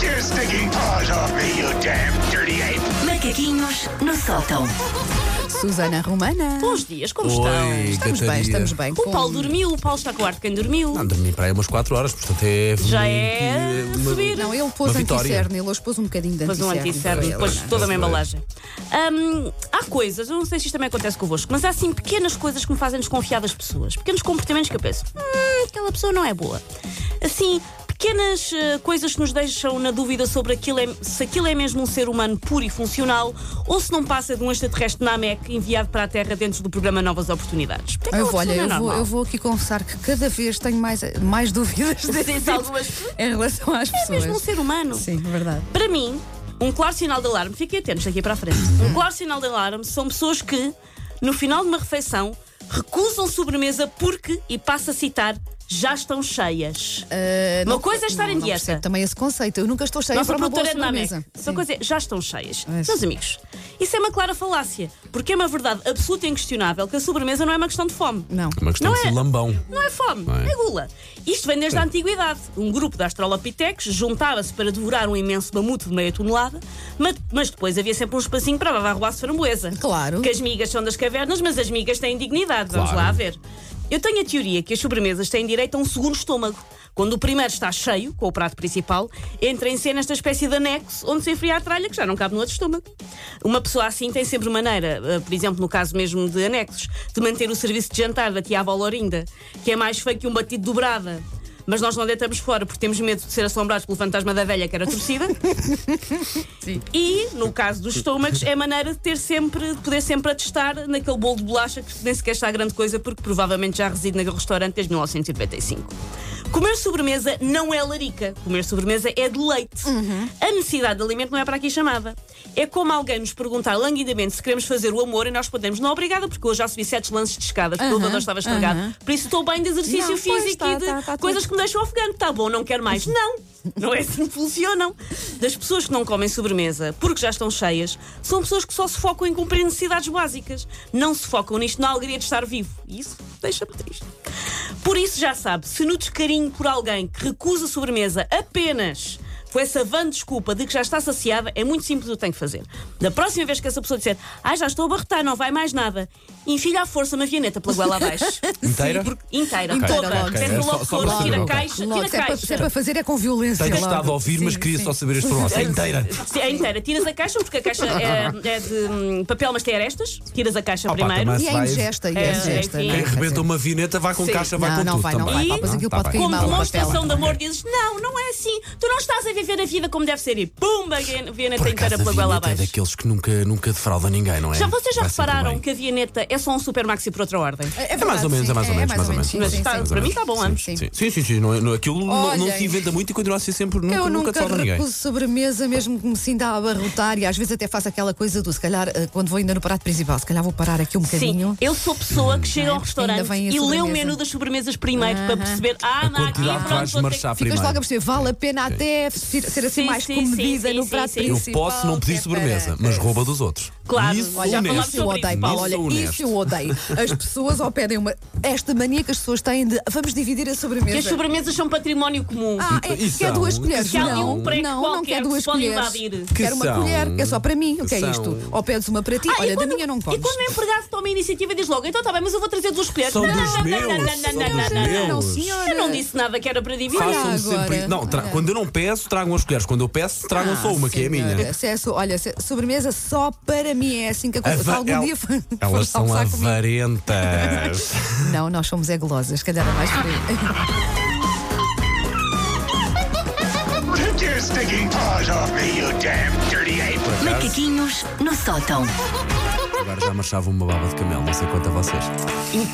fucking paws off me, you damn dirty ape! Macaquinhos no sótão. Susana Romana. Oh, Bons dias, como Oi, estão? Estamos bem, Gataria. estamos bem. O Paulo dormiu, o Paulo está com o ar de quem dormiu. Não, dormi para aí umas 4 horas, portanto é. Já é uma- subir. Não, ele pôs Uma vitória. anticerne, ele hoje pôs um bocadinho de Depois um anticerne. anticerne, para depois ele. toda uma Pois. embalagem. Hum, há coisas, eu não sei se isto também acontece convosco, mas há assim pequenas coisas que me fazem desconfiar das pessoas. Pequenos comportamentos que eu penso, hum, aquela pessoa não é boa. Assim, pequenas eh, coisas que nos deixam na dúvida sobre aquilo é- se aquilo é mesmo um ser humano puro e funcional ou se não passa de um extraterrestre na AMEC enviado para a Terra dentro do programa Novas Oportunidades. Porque Eu aquela vou, Ah, olha, pessoa eu não é vou, normal. eu vou aqui confessar que cada vez tenho mais, mais dúvidas desse Tens tipo algumas- em relação às É mesmo um pessoas. ser humano. Sim, é verdade. Para mim, um claro sinal de alarme, fiquem atentos daqui para a frente. Um claro sinal de alarme são pessoas que, no final de uma refeição, recusam sobremesa porque, e passo a citar, já estão cheias. Ah, Uma coisa é estar não, em não dieta. percebo também esse conceito. Eu nunca estou cheia Nossa para uma boa produtora de NAMEC. sobremesa. Uma Sim. coisa é, já estão cheias. Mas- Meus amigos, isso é uma clara falácia, porque é uma verdade absoluta e inquestionável que a sobremesa não é uma questão de fome. Não. Uma questão Não de é- lambão. Não é fome, Não é. é gula. Isto vem desde a antiguidade. Um grupo de astrolopitecos juntava-se para devorar um imenso mamute de meia tonelada, mas, mas depois havia sempre um espacinho para lavar arruaço framboesa. Claro. Que as migas são das cavernas, mas as migas têm dignidade. Vamos Claro. lá ver. Eu tenho a teoria que as sobremesas têm direito a um segundo estômago. Quando o primeiro está cheio, com o prato principal, entra em cena esta espécie de anexo onde se enfria a tralha que já não cabe no outro estômago. Uma pessoa assim tem sempre maneira, eh, por exemplo, no caso mesmo de anexos, de manter o serviço de jantar da tia avó Lorinda, que é mais feio que um batido dobrada. Mas nós não deitamos fora porque temos medo de ser assombrados pelo fantasma da velha que era torcida. E, no caso dos estômagos, é a maneira de ter sempre, de poder sempre atestar naquele bolo de bolacha que nem sequer está grande coisa, porque provavelmente já reside naquele restaurante desde 1995. Comer sobremesa não é larica. Comer sobremesa é deleite. Uhum. A necessidade de alimento não é para aqui chamada. É como alguém nos perguntar languidamente se queremos fazer o amor e nós podemos, não obrigada, porque hoje já subi sete lances de escada, porque o Uhum, elevador estava estragado. uhum. Por isso estou bem de exercício Não, pois, físico tá, e de tá, tá tudo. coisas que me deixam afegante. Tá bom, não quero mais. Não! Não é assim que funcionam. Das pessoas que não comem sobremesa porque já estão cheias, são pessoas que só se focam em cumprir necessidades básicas. Não se focam nisto na alegria de estar vivo. E isso deixa-me triste. Por isso já sabe, se no descarinho por alguém que recusa sobremesa apenas com essa van desculpa de que já está saciada, é muito simples o que tem que fazer. Da próxima vez que essa pessoa disser, ah, já estou a barretar, não vai mais nada, enfilha à força uma vianeta pela goela abaixo. Inteira? Inteira, Inteira, toda. logo. Pega É logo só- só flores, para tira a saber. Logo, caixa, tira a se, é para, se é caixa. para fazer é com violência. Tenho logo. estado a ouvir, mas Sim, queria sim. só saber este pronúncio. É inteira. Se É inteira, tiras a caixa, porque a caixa é, é de hum, papel, mas tem arestas. Tiras a caixa Opa, primeiro. também E é Vai- ingesta, e É, é ingesta. enfim. não é? Quem rebenta uma vineta vai com Sim. caixa, Não, vai com não tudo vai, não também. vai, pá, pois aquilo Tá pode bem. queimar Como Queimava o demonstração papel. de amor, dizes: Não, não é assim. Tu não estás a viver a vida como deve ser. E pumba, a vianeta Por inteira acaso, pela goela a vinheta é abaixo. daqueles que nunca, nunca defraudam ninguém, não é? Já vocês já Vai sempre repararam bem. que a vianeta é só um super maxi por outra ordem? É mais ou menos, é mais ou menos, mais ou menos. sim, Mas sim, está- sim. para mim está bom, ambos. Sim, sim, sim. sim, não é- não- aquilo não, não Olhem. se inventa muito e continua a ser sempre. Nunca, Eu nunca nunca defrauda ninguém. recuso sobremesa, mesmo que me sinta a abarrotar, e às vezes até faço aquela coisa do, se calhar, eh, quando vou ainda no prato principal, se calhar vou parar aqui um bocadinho. Sim, eu sou pessoa que chega Não é? ao Porque ainda restaurante vem a e lê o sobremesa. menu das sobremesas primeiro para perceber, ah, A não, aqui quantidade que pronto, vais vou ter marchar Ficas logo a primeiro. perceber, vale a pena até ser ser assim Sim, mais sim, comedida sim, no sim, prato sim. Eu principal. posso não pedir que é sobremesa, para- mas rouba dos outros. Claro, Isso olha, honesto. falámos Isso eu odeio, sobre isso, é Paulo. Paulo. Olha, Honesto. isso eu odeio. As pessoas ou pedem uma. Esta mania que as pessoas têm de. Vamos dividir a que as sobremesa. sobremesas são património comum. Ah, é, Isso quer são- duas colheres? Que há ali não, um prego não, não qualquer quer que duas se pode colheres. invadir. Que quero uma são- colher, que é só para mim. O que é são- isto? Ou pedes uma para ti, Ah, e olha, quando- da minha não E comes. quando o empregado toma a iniciativa diz logo, então está bem, mas eu vou trazer duas colheres. São Não, dos não, não, meus, não, não, são não, dos não, não, meus. não. Não, senhora. Eu não disse nada que era para dividir. Faça- Façam-me agora. sempre. Não, tra- Ah. Olha. quando eu não peço, tragam as colheres. Quando eu peço, tragam só uma, que é a minha. Senhora, se é so- olha, se- sobremesa só para mim é assim que a coisa. Ava- se algum el- dia for, Elas for são almoçar comigo. avarentas. Não, nós somos é golosas, se calhar é mais por aí. Take your stinking paws off me, you damn dirty ape! Macaquinhos no sótão. Agora já marchava uma baba de camelo, não sei quanto a vocês.